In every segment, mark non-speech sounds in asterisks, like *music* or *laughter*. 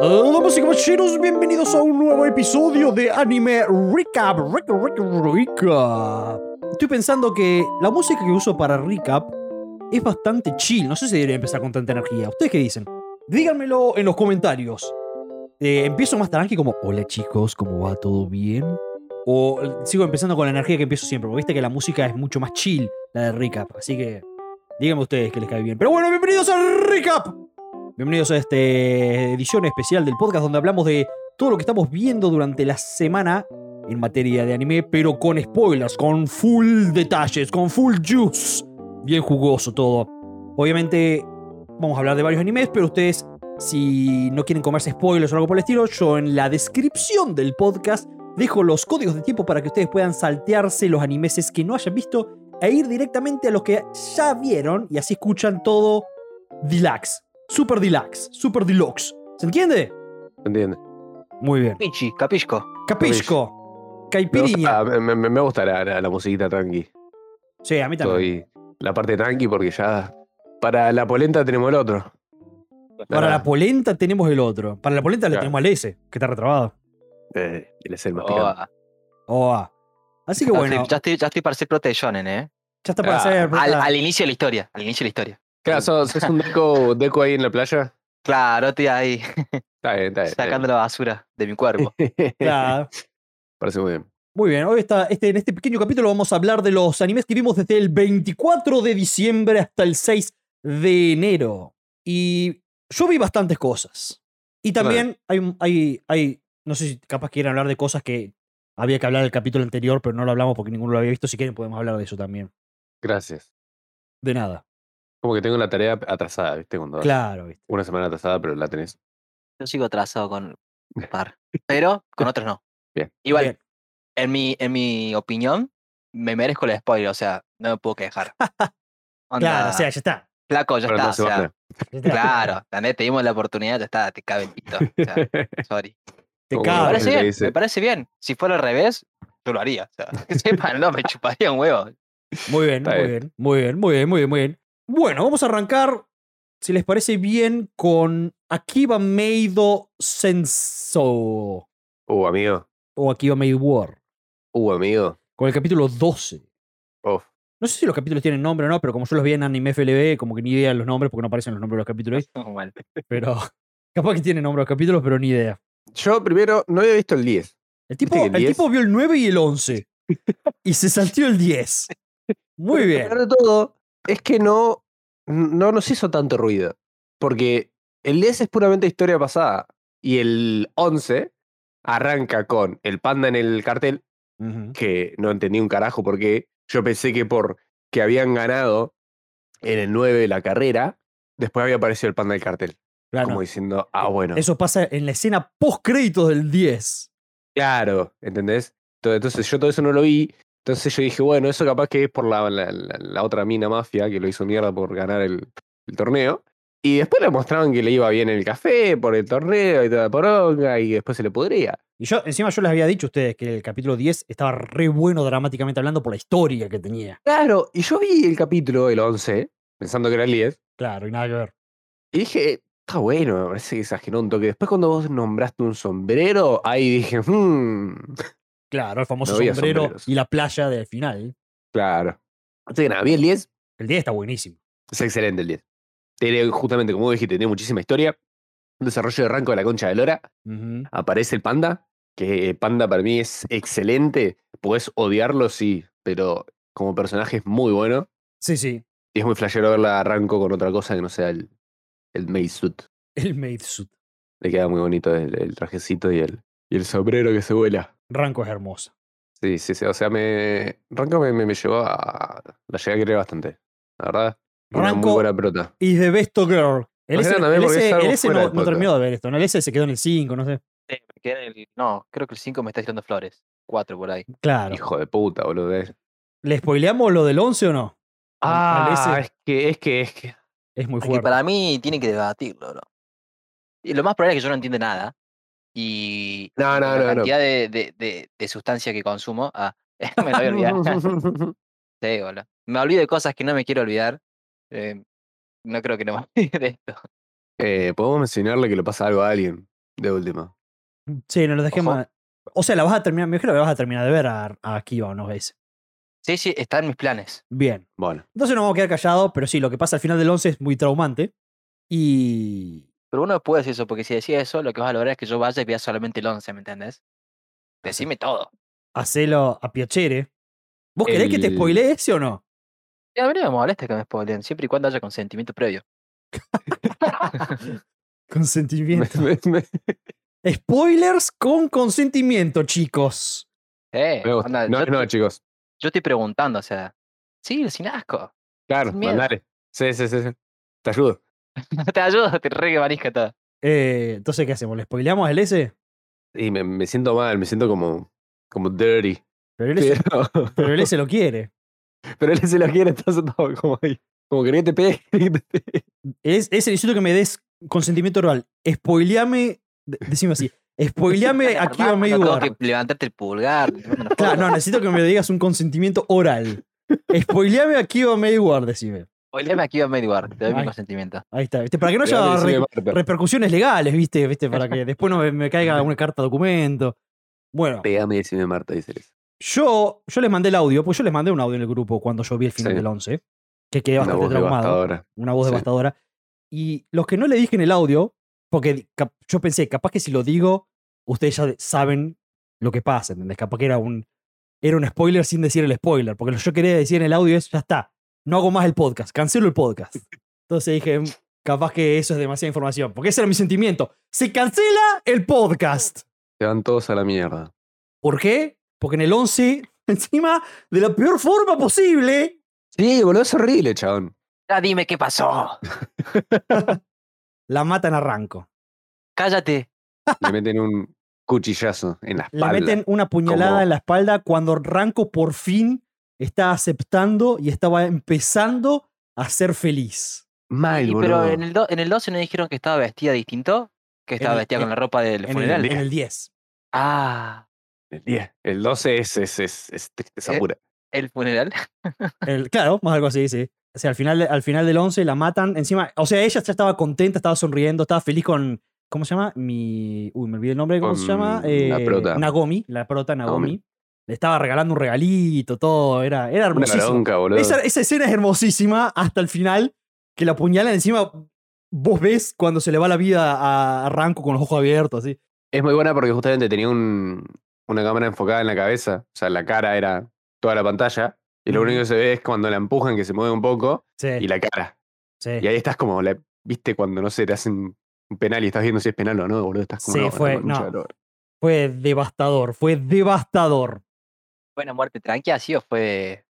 Ah, Damas y caballeros, bienvenidos a un nuevo episodio de Anime Recap. Recap, recap, recap. Estoy pensando que la música que uso para recap es bastante chill. No sé si debería empezar con tanta energía. ¿Ustedes qué dicen? Díganmelo en los comentarios. Eh, empiezo más tranqui como, hola chicos, ¿cómo va? ¿Todo bien? O eh, sigo empezando con la energía que empiezo siempre, porque viste que la música es mucho más chill, la de recap. Así que díganme ustedes que les cae bien. Pero bueno, bienvenidos a recap. Bienvenidos a esta edición especial del podcast donde hablamos de todo lo que estamos viendo durante la semana en materia de anime, pero con spoilers, con full detalles, con full juice. Bien jugoso todo. Obviamente vamos a hablar de varios animes, pero ustedes, si no quieren comerse spoilers o algo por el estilo, yo en la descripción del podcast dejo los códigos de tiempo para que ustedes puedan saltearse los animeses que no hayan visto e ir directamente a los que ya vieron y así escuchan todo deluxe. Super deluxe, super deluxe. ¿Se entiende? ¿Entiendes? Muy bien. Pichi, capisco. Capisco. Me Caipirinha. gusta, ah, me, me- me gusta la, la- la musiquita tranqui. Sí, a mí también. Estoy- la parte tranqui porque ya. Para la polenta tenemos el otro. Para la polenta tenemos el otro. Para la polenta le Claro. tenemos al S, que está retrabado. Eh, él es el más Oh, picante. ah, Oh, ah. Así que ah, bueno, Ya estoy, ya estoy para ser prota de shonen, ¿eh? ya está para Ah, hacer. Al, ah, al inicio de la historia. Al inicio de la historia. Claro, sos, sos un deco, deco ahí en la playa. Claro, estoy ahí Está bien, está bien. está bien. *laughs* sacando la basura de mi *laughs* cuerpo. claro. Parece muy bien. Muy bien, hoy está, este, en este pequeño capítulo vamos a hablar de los animes que vimos desde el 24 de diciembre hasta el 6 de enero. Y yo vi bastantes cosas. Y también hay, un- hay, hay, no sé si capaz quieren hablar de cosas que había que hablar del capítulo anterior, pero no lo hablamos porque ninguno lo había visto. Si quieren podemos hablar de eso también. Gracias. De nada. Como que tengo la tarea atrasada, ¿viste? Cuando Claro, ¿viste? Una semana atrasada, pero la tenés. Yo sigo atrasado con un par. *laughs* Pero con otros no. Bien. Igual, Bien. En, mi, en mi opinión, me merezco el spoiler. O sea, no me puedo quejar. Claro, Onda, o sea, ya está. Flaco, ya Pero está. no o se sea, van. Ya está. claro, la neta, te dimos la oportunidad, ya está, te cabe el pito. o sea, *laughs* sorry. Te Como Me cabe. Ahora parece, sí. bien, dice- me parece bien. Si fuera al revés, yo lo haría. O sea, que sepan, no, me chuparía un huevo. Muy bien, Está muy bien. bien. muy bien, muy bien, muy bien, muy bien. Bueno, vamos a arrancar, si les parece bien, con Akiba Meido Senso Uh, amigo. o Akiba Meido War, Uh, amigo. con el capítulo 12. Uf. No sé si los capítulos tienen nombre o no, pero como yo los vi en Anime FLB, como que ni idea de los nombres, porque no aparecen los nombres de los capítulos, *laughs* *laughs* Bueno, pero capaz que tienen nombre los capítulos, pero ni idea. Yo primero no había visto el 10. El tipo, que el el 10? tipo vio el 9 y el 11 *laughs* y se saltió el 10. Muy Pero bien. Lo peor de todo es que no, no nos hizo tanto ruido. Porque el 10 es puramente historia pasada. Y el 11 arranca con el panda en el cartel, Ujú. que no entendí un carajo porque yo pensé que por que habían ganado en el 9 la carrera, después había aparecido el panda del cartel. Claro. Como diciendo, ah, bueno. Eso pasa en la escena post créditos del 10. Claro, ¿entendés? To- Entonces yo todo eso no lo vi. Entonces yo dije, bueno, eso capaz que es por la, la- la- la otra mina mafia que lo hizo mierda por ganar el, el torneo. Y después le mostraban que le iba bien en el café por el torneo y toda la poronga y después se le podría. Y yo, encima yo les había dicho a ustedes que el capítulo 10 estaba re bueno dramáticamente hablando por la historia que tenía. Claro, y yo vi el capítulo, el 11, pensando que era el 10, Claro, y nada que ver. y dije, está bueno, me parece que exageró un toque. Después cuando vos nombraste un sombrero, ahí dije, hmm, Claro, el famoso No había sombrero sombreros. y la playa del final. claro. Así que nada, vi el 10, El 10 está buenísimo. Es excelente el 10. Tiene, justamente, como dijiste, tiene muchísima historia. Un desarrollo de rango de la concha de Lora. Ujú. Aparece el panda, que el panda para mí es excelente. Podés odiarlo, sí, pero como personaje es muy bueno. Sí, sí. Y es muy flashero verla a Ranco con otra cosa que no sea el, el maid suit. El maid suit. Le queda muy bonito el, el trajecito y el, y el sombrero que se vuela. Ranco es hermosa. Sí, sí, sí. O sea, me, Ranco me, me- me llevó a... La llegué a querer bastante, la verdad. Una muy Ranco- buena pelota. Y The Best Girl. El Más S, grande también el porque S es algo el S fuera no, del no terminó podcast. de ver esto. ¿no? El S se quedó en el 5, no sé. sí, me quedé en el- no, creo que el 5 me está tirando flores. 4 por ahí. Claro. Hijo de puta, boludo. eh. ¿Le spoileamos lo del 11 o no? Al- al Ah, ese. es que, es que, es que. Es muy Es que fuerte. para mí tienen que debatirlo, bro. Y lo más probable es que yo no entienda nada. Y No, no, la no, no. cantidad de, de, de- de sustancia que consumo, ah, *laughs* me la voy *laughs* a olvidar. *laughs* Sí, boludo. Me olvido de cosas que no me quiero olvidar. eh, no creo que no me *laughs* olvide de esto. Eh, Podemos mencionarle que le pasa algo a alguien, de última. Sí, no lo dejé Ojo. más. O sea, la vas a terminar, me imagino que la vas a terminar de ver a, a Kiba unos veces. Sí, sí, está en mis planes. Bien. Bueno, Entonces nos vamos a quedar callados, pero sí, lo que pasa al final del 11 es muy traumante. Y. Pero uno puede decir eso, porque si decía eso, lo que vas a lograr es que yo vaya y vea solamente el 11, ¿me entendés? Decime todo. Hacelo a Piacere. ¿Vos querés que te El- spoilee ese o no? Y a mí no me molesta que me spoilen, siempre y cuando haya consentimiento previo. Consentimiento. *laughs* me, me- *laughs* Spoilers con consentimiento, chicos. Eh, me gusta. onda, No, yo, no, te- chicos. yo estoy preguntando, o sea, sí, sin asco. *laughs* Claro, Sin miedo. mandale. Sí, sí, sí, sí. Te ayudo. te ayudo, te re que manizca todo. Eh, entonces, ¿qué hacemos? ¿Le spoileamos el S? Y me, me siento mal, me siento como, como dirty. Pero el S, Pero, *laughs* pero el S lo quiere. pero él se lo quiere, entonces todo como ahí. Como que ni te pegue, ni te pegue. Es, es el instituto que me des consentimiento oral. Spoileame. de- Decime así. *laughs* Spoileame a Kiba Hermano, tengo Mayweather. que levantarte el pulgar. te mando una *laughs* Claro, foto. no, necesito que me digas un consentimiento oral. Spoileame a Kiba Mayweather, decime. Spoileame aquí a Medward, te doy mi Ay. consentimiento. Ahí está, ¿viste? Para que no haya Decime, re- Marta. repercusiones legales, ¿viste? ¿viste? Para *laughs* que después no me, me caiga una carta documento. Bueno, Pegame y decime Marta, dice Alex. yo, yo les mandé el audio, pues yo les mandé un audio en el grupo cuando yo vi el final Sí. del 11, que quedé Una bastante voz traumado. devastadora. una voz Sí. devastadora. Y los que no le dije en el audio, porque di- cap- yo pensé, capaz que si lo digo, ustedes ya de- saben lo que pasa, ¿entendés? Capaz que era un, era un spoiler sin decir el spoiler, porque lo que yo quería decir en el audio es, ya está, no hago más el podcast, cancelo el podcast. Entonces dije, "Mm, capaz que eso es demasiada información, porque ese era mi sentimiento. Se cancela el podcast. Se van todos a la mierda. ¿Por qué? Porque en el 11, *laughs* encima, de la peor forma posible, Sí, boludo, es horrible, chabón. Ya dime qué pasó. la matan a Ranco. Cállate. Le meten un cuchillazo en la Le espalda. meten una puñalada Como- en la espalda cuando Ranco por fin está aceptando y estaba empezando a ser feliz. Mal, Y boludo. pero en el, do- en el 12 no dijeron que estaba vestida distinto, que estaba el- vestida con en- la ropa del En funeral. el, en el 10. Ah, El 10. El 12 es, es, es, es tristeza Eh, pura. el funeral. *laughs* El- claro, más algo así, sí. O sea, al final, al final del 11 la matan. Encima, o sea, ella ya estaba contenta, estaba sonriendo, estaba feliz con. ¿Cómo se llama? Mi. Uy, me olvidé el nombre. ¿Cómo se Con llama? Eh, la prota. Nagomi, la prota Nagomi. Nagomi. Le estaba regalando un regalito, todo. Era, era Una hermosísimo. bronca, boludo. Esa, esa escena es hermosísima hasta el final, que la puñalan encima. Vos ves cuando se le va la vida a- a Ranco con los ojos abiertos, así. Es muy buena porque justamente tenía un, una cámara enfocada en la cabeza. O sea, la cara era toda la pantalla. Y lo Ujú. Eh, único que se ve es cuando la empujan, que se mueve un poco, Sí, y la cara. sí. Y ahí estás como, la- viste, cuando no sé, te hacen un penal y estás viendo si es penal o no, boludo. Estás como, Sí, no, la fue- concha no. de la lora. Fue devastador, fue devastador. ¿Fue una muerte tranquila así o fue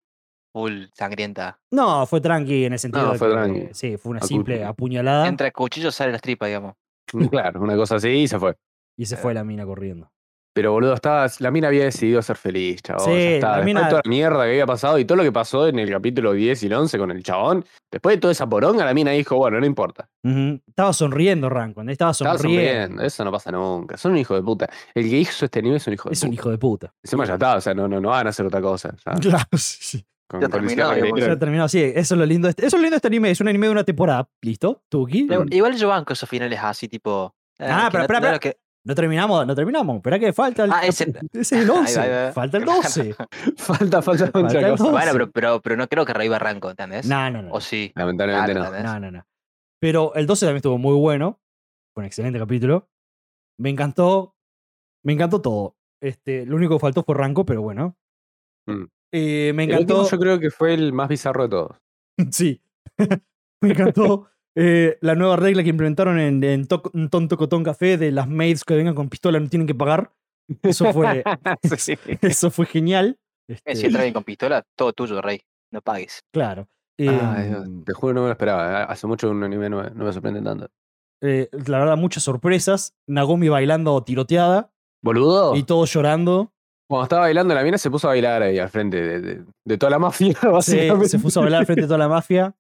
full sangrienta? No, fue tranqui en el sentido No, de fue que, tranqui. sí, fue una Acu- simple apuñalada Entra el cuchillo, sale las tripas, digamos. Mm, Claro, una cosa así y se fue. y se fue la mina corriendo. Pero boludo, estabas, la mina había decidido ser feliz, chabón. Sí, ya está. la Después de mina- toda la mierda que había pasado y todo lo que pasó en el capítulo 10 y el 11 con el chabón, después de toda esa poronga, la mina dijo, bueno, no importa. Ujú. Estaba sonriendo Ranco, ¿no? estaba Estaba sonriendo. sonriendo, eso no pasa nunca. Son un hijo de puta. El que hizo este anime es un hijo de Es puta. un hijo de puta. Encima ya está, o sea, no, no, no van a hacer otra cosa. ya. *laughs* Claro, sí, sí. Con- Ya con el terminó, cierre que digamos, le Ya dieron. terminó así. Eso es lo lindo. de Este, eso es lo lindo de este anime. Es un anime de una temporada. ¿Listo? Tuki. Pero Mm. Igual yo banco esos finales así, tipo. eh, Ah, que pero no- espera, no espera. lo que- No terminamos, no terminamos. Espera que falta el. Ah, ese- ese es el Ahí va, 11. ahí va. Falta el *laughs* 12. Falta, *laughs* *laughs* falta Falta mucha el cosa. dos. Bueno, pero, pero, pero no creo que Rey Barranco, ¿entendés? No, no, no. O sí. Lamentablemente Claro, no. ¿entendés? No, no, no. Pero el 12 también estuvo muy bueno. Fue un excelente capítulo. Me encantó. Me encantó todo. Este, lo único que faltó fue Ranco, pero bueno. Mm. Eh, me El último encantó. yo creo que fue el más bizarro de todos. *laughs* Sí. me encantó eh, la nueva regla que implementaron en, en Toc- en Tonto Cotón Café de las maids que vengan con pistola no tienen que pagar. Eso *laughs* fue, Sí. eso fue genial. Eh, Este, Si entra bien con pistola, todo tuyo, Rey. No pagues. claro. Ah, Ay, Em, Dios, te juro no me lo esperaba. eh, Hace mucho un anime no me, no me sorprende tanto. eh, la verdad, muchas sorpresas. Nagomi bailando tiroteada Oh. Boludo. y todos llorando. Cuando estaba bailando, la mina se puso a bailar ahí al frente de, de- de toda la mafia, *laughs* Sí, básicamente. se puso a bailar frente a toda la mafia.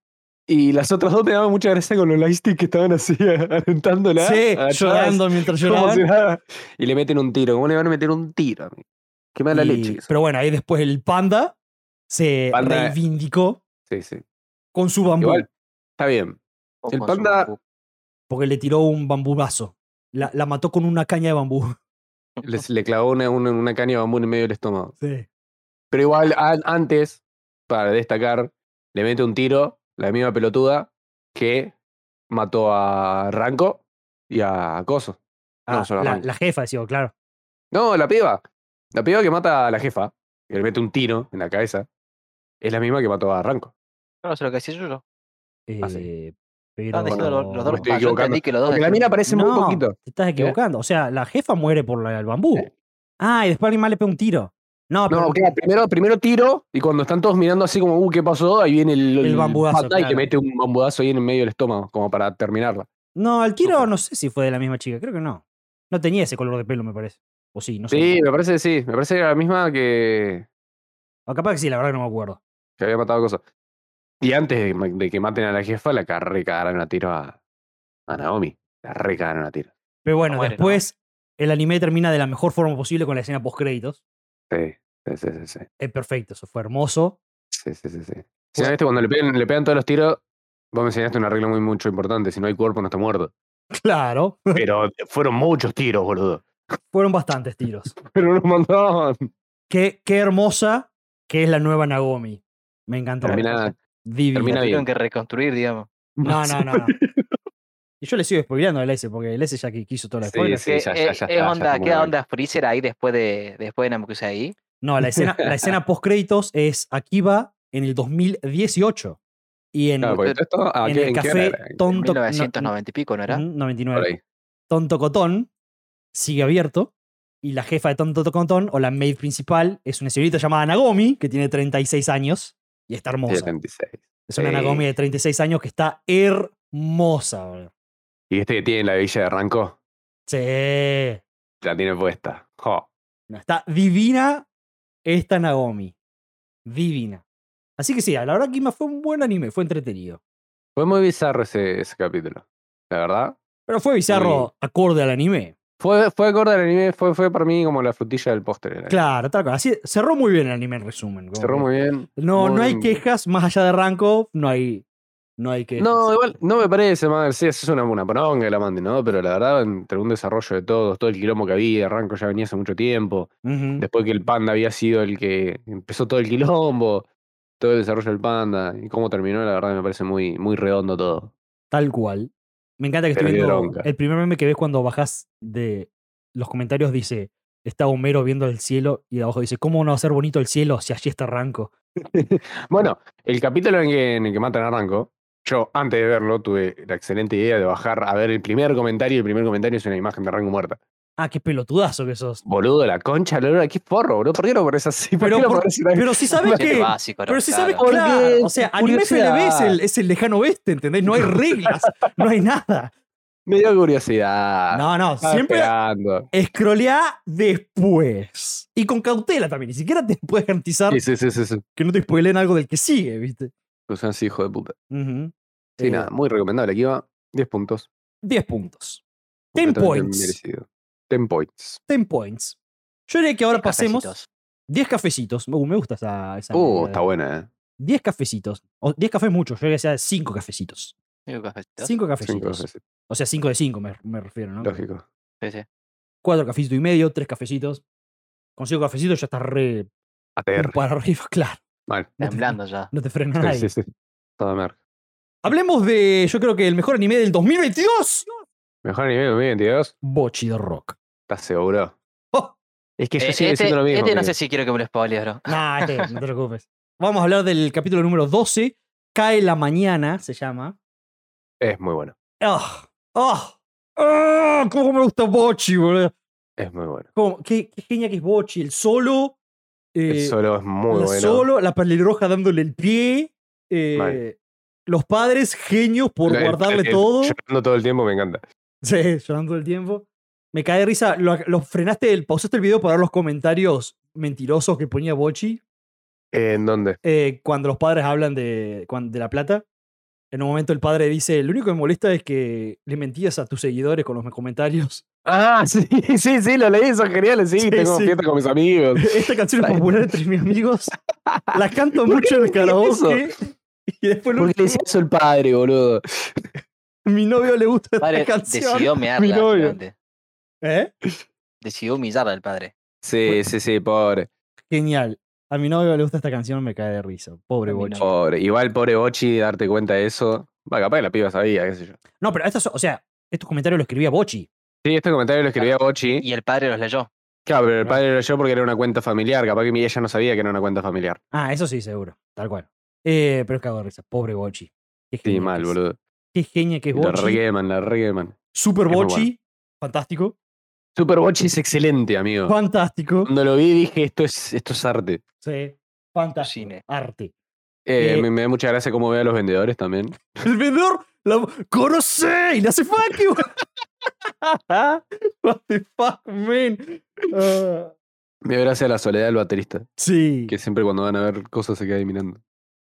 Y las otras dos me daban mucha gracia con los lightstick que estaban así, *laughs* alentándola. Sí, agachadas, llorando mientras *laughs* como si lloraban. nada. Y le meten un tiro. ¿Cómo le van a meter un tiro? amigo? Qué mala Y- leche. que son. pero bueno, ahí después el panda se Panda- reivindicó Sí, sí. con su bambú. Igual, está bien. O El con su panda- bu- Porque le tiró un bambubazo. La, la mató con una caña de bambú. *laughs* Les- le clavó una, una, una caña de bambú en medio del estómago. Sí. Pero igual, an- antes, para destacar, le mete un tiro, la misma pelotuda, que mató a Ranco y a Coso. Ah, No, solo a la, Ranco. la jefa, decía, claro. No, la piba. La piba que mata a la jefa, que le mete un tiro en la cabeza, es la misma que mató a Ranco. Yo no sé lo que decía yo. Ah, sí. Eh, Pero... Estaban diciendo lo- los dos. estoy ah, yo entendí equivocando. que los dos. Porque la decían- mina aparece muy No, poquito. Te estás equivocando. O sea, la jefa muere por la- el bambú. Sí. Ah, y después alguien más le pega un tiro. No, Ah, pero No, claro, primero, primero tiro, y cuando están todos mirando así como, uh, ¿qué pasó? Ahí viene el, El bambudazo, pata y claro. te mete un bambudazo ahí en el medio del estómago, como para terminarla. no, el tiro Súper. no sé si fue de la misma chica. Creo que no. No tenía ese color de pelo, me parece. O sí, no sé. Sí, me parece que sí. Me parece que era la misma que, O capaz que sí, la verdad que no me acuerdo. que había matado cosas. Y antes de, ma- de que maten a la jefa, la ca- recagaron a tiro a, a Naomi. La recagaron a tiro. Pero bueno, muere, ¿no? después el anime termina de la mejor forma posible con la escena post-créditos. Sí, sí, sí, sí, sí. Es perfecto, eso fue hermoso. *laughs* Sí, sí, sí, sí. Si no, viste, cuando le pegan, le pegan todos los tiros, vos me enseñaste una regla muy mucho importante. Si no hay cuerpo, no está muerto. Claro, Pero eh, fueron muchos tiros, boludo. fueron bastantes tiros. *laughs* Pero un *laughs* montón. Qué, qué hermosa que es la nueva Nagomi. Me encantó. Termina, Divina. termina la bien. tuvieron que reconstruir, digamos. *laughs* No, no, no, no. Y yo le sigo spoileando al S, porque el S ya que quiso toda la Sí, spoiler. sí. Que ya- ya- es- ya es está, ya eh, onda, está muy queda bien. onda Freezer ahí después de, después de Namekusei. No, la escena, la *laughs* escena post créditos es Akiba en el 2018. Y en, Claro, porque todo esto, ah, en ¿qué- el en qué café hora era? En Tonto 1990 y pico, ¿no era? Ujú, Por 99. ahí. Tonto Cotón sigue abierto. Y la jefa de Tonto Cotón, o la maid principal, es una señorita llamada Nagomi, que tiene 36 años y está hermosa. 76. es una sí. Nagomi de 36 años que está hermosa. boludo. Y este que tiene la villa de Ranco, Sí. la tiene puesta. Jo. No, está divina esta Nagomi. Divina. Así que sí, la verdad que fue un buen anime, fue entretenido. Fue muy bizarro ese, ese capítulo. La verdad. Pero fue bizarro Muy- acorde al anime. Fue, fue acorde al anime, fue, fue para mí como la frutilla del póster. el anime. Claro, tal cual. Así, cerró muy bien el anime en resumen. como Cerró que- muy bien. No, no muy- hay quejas más allá de Ranco, no hay, no hay quejas. No, igual, no me parece mal. Sí, es una, una poronga la mande, ¿no? Pero la verdad, entre un desarrollo de todos, todo el quilombo que había, Ranco ya venía hace mucho tiempo. Ujú. Después que el panda había sido el que empezó todo el quilombo, todo el desarrollo del panda y cómo terminó, la verdad me parece muy, muy redondo todo. Tal cual. Me encanta que estoy Pero qué viendo. bronca. El primer meme que ves cuando bajas de los comentarios dice: Está Homero viendo el cielo y de abajo dice: ¿Cómo no va a ser bonito el cielo si allí está Ranco? Bueno, el capítulo en, que, en el que matan a Ranco, yo antes de verlo tuve la excelente idea de bajar a ver el primer comentario y el primer comentario es una imagen de Ranco muerta. Ah, qué pelotudazo que sos. Boludo, la concha, la hora, qué forro, boludo. ¿Por qué lo pones así? ¿Por Pero qué lo por- pones así? Pero si sabes *laughs* Gente que. básico, Pero ¿no? si sabes Claro. Porque claro, o sea, es anime FLB es curiosidad. el, es el lejano oeste, ¿entendés? No hay reglas, no hay nada. Me dio curiosidad. No, no, Estaba siempre esperando. escroleá después. Y con cautela también, ni siquiera te puedes garantizar Sí, sí, sí, sí. sí. que no te spoileen algo del que sigue, ¿viste? Pues son así, hijo de puta. Ujú. Sí, Eh, nada, muy recomendable. Aquí va 10 puntos. 10 puntos. 10 Completamente points. merecido. 10 points. 10 points. Yo diría que ahora pasemos Cafecitos. 10 cafecitos. Uh, me gusta esa. esa Uh, medida. está buena, eh. 10 cafecitos. O 10 cafés mucho, yo diría que sea 5 cafecitos. Digo, 5 cafecitos. Cinco, cafecitos. sí, O sea, 5 de 5 me, me refiero, ¿no? lógico. Sí, sí. 4 cafecitos y medio, 3 cafecitos. Con 5 cafecitos ya estás re ATR. para *laughs* arriba, claro. *laughs* Mal. No te- Temblando ya. No te frena Sí, nadie. sí, sí. Todo merca. Hablemos de, yo creo que el mejor anime del 2022. Mejor anime de 2022. Bochi de Rock. ¿Estás seguro? Oh. Es que yo Eh, sigo este, diciendo lo mismo. este no amigo. sé si quiero que me lo spoilees, bro. Nah, este, no te preocupes. Vamos a hablar del capítulo número 12. Cae la mañana, se llama. Es muy bueno. ¡Ah! ¡Ah! ¡Ah! ¡Cómo me gusta Bochi, boludo! Es muy bueno. Cómo- qué, qué genia que es Bochi. El solo. eh, el solo es muy la bueno. solo, la pelirroja dándole el pie. eh, Mal. los padres, genios por El- el- guardarle el- todo. Eh, Llorando todo el tiempo me encanta. Sí, llorando todo el tiempo. Me cae de risa. Lo, lo frenaste, el, pausaste el video para ver los comentarios mentirosos que ponía Bochi Eh, ¿En dónde? eh, cuando los padres hablan de, cuan- de la plata. En un momento el padre dice, lo único que me molesta es que le mentías a tus seguidores con los comentarios. Ah, *laughs* sí, sí, sí, lo leí, son geniales, sí. Sí, tengo sí. fiesta con mis amigos. *laughs* Esta canción es popular entre mis amigos. La canto mucho en el ¿Por qué karaoke. decía Y después lo ¿Por qué le decía eso el padre, boludo? Mi novio le gusta esta padre canción. decidió mearla. Mi novio. finalmente. ¿Eh? Decidió humillarla el padre. Sí, sí, sí, pobre. Genial. A mi novio le gusta esta canción, me cae de risa. Pobre A mi bocho. novio. Pobre. Y va el pobre Bochi darte cuenta de eso. Va, capaz que la piba sabía, qué sé yo. No, pero estas, son- o sea, estos comentarios los escribía Bochi. Sí, este comentario lo escribía Bochi. Y el padre los leyó. Claro, pero el Claro. padre lo leyó porque era una cuenta familiar. Capaz que mi- ella no sabía que era una cuenta familiar. Ah, eso sí, seguro. Tal cual. Eh, pero es cago de risa. Pobre Bochi. Qué Sí, genia mal, que es. boludo. Qué genia que es La Bochi. requeman, la requeman. Super Es muy Bochi. Fantástico. Super Bochi es excelente, amigo. Fantástico. Cuando lo vi dije, esto es, esto es arte. Sí. Fantástico. Cine. Arte. Eh, Eh, me, me da mucha gracia cómo ve a los vendedores también. El vendedor la conoce y le hace fuck you. *laughs* What the fuck, man. Ah, Me da gracia la soledad del baterista, sí. que siempre cuando van a ver cosas se queda ahí mirando.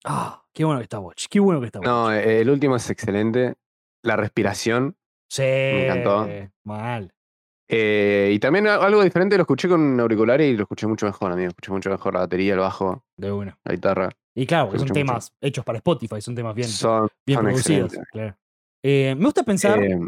Ah, qué bueno que está Bochi. Qué bueno que está Bochi. No, eh, el último es excelente. La respiración. Sí. encantó. Mal. Eh, y también a- algo diferente, lo escuché con auriculares y lo escuché mucho mejor, amigo. Escuché mucho mejor la batería, el bajo, De una. la guitarra. Y claro, porque son Escucho temas hechos para Spotify, son temas bien, son bien son producidos. excelentes. claro. Eh, me gusta pensar Eh,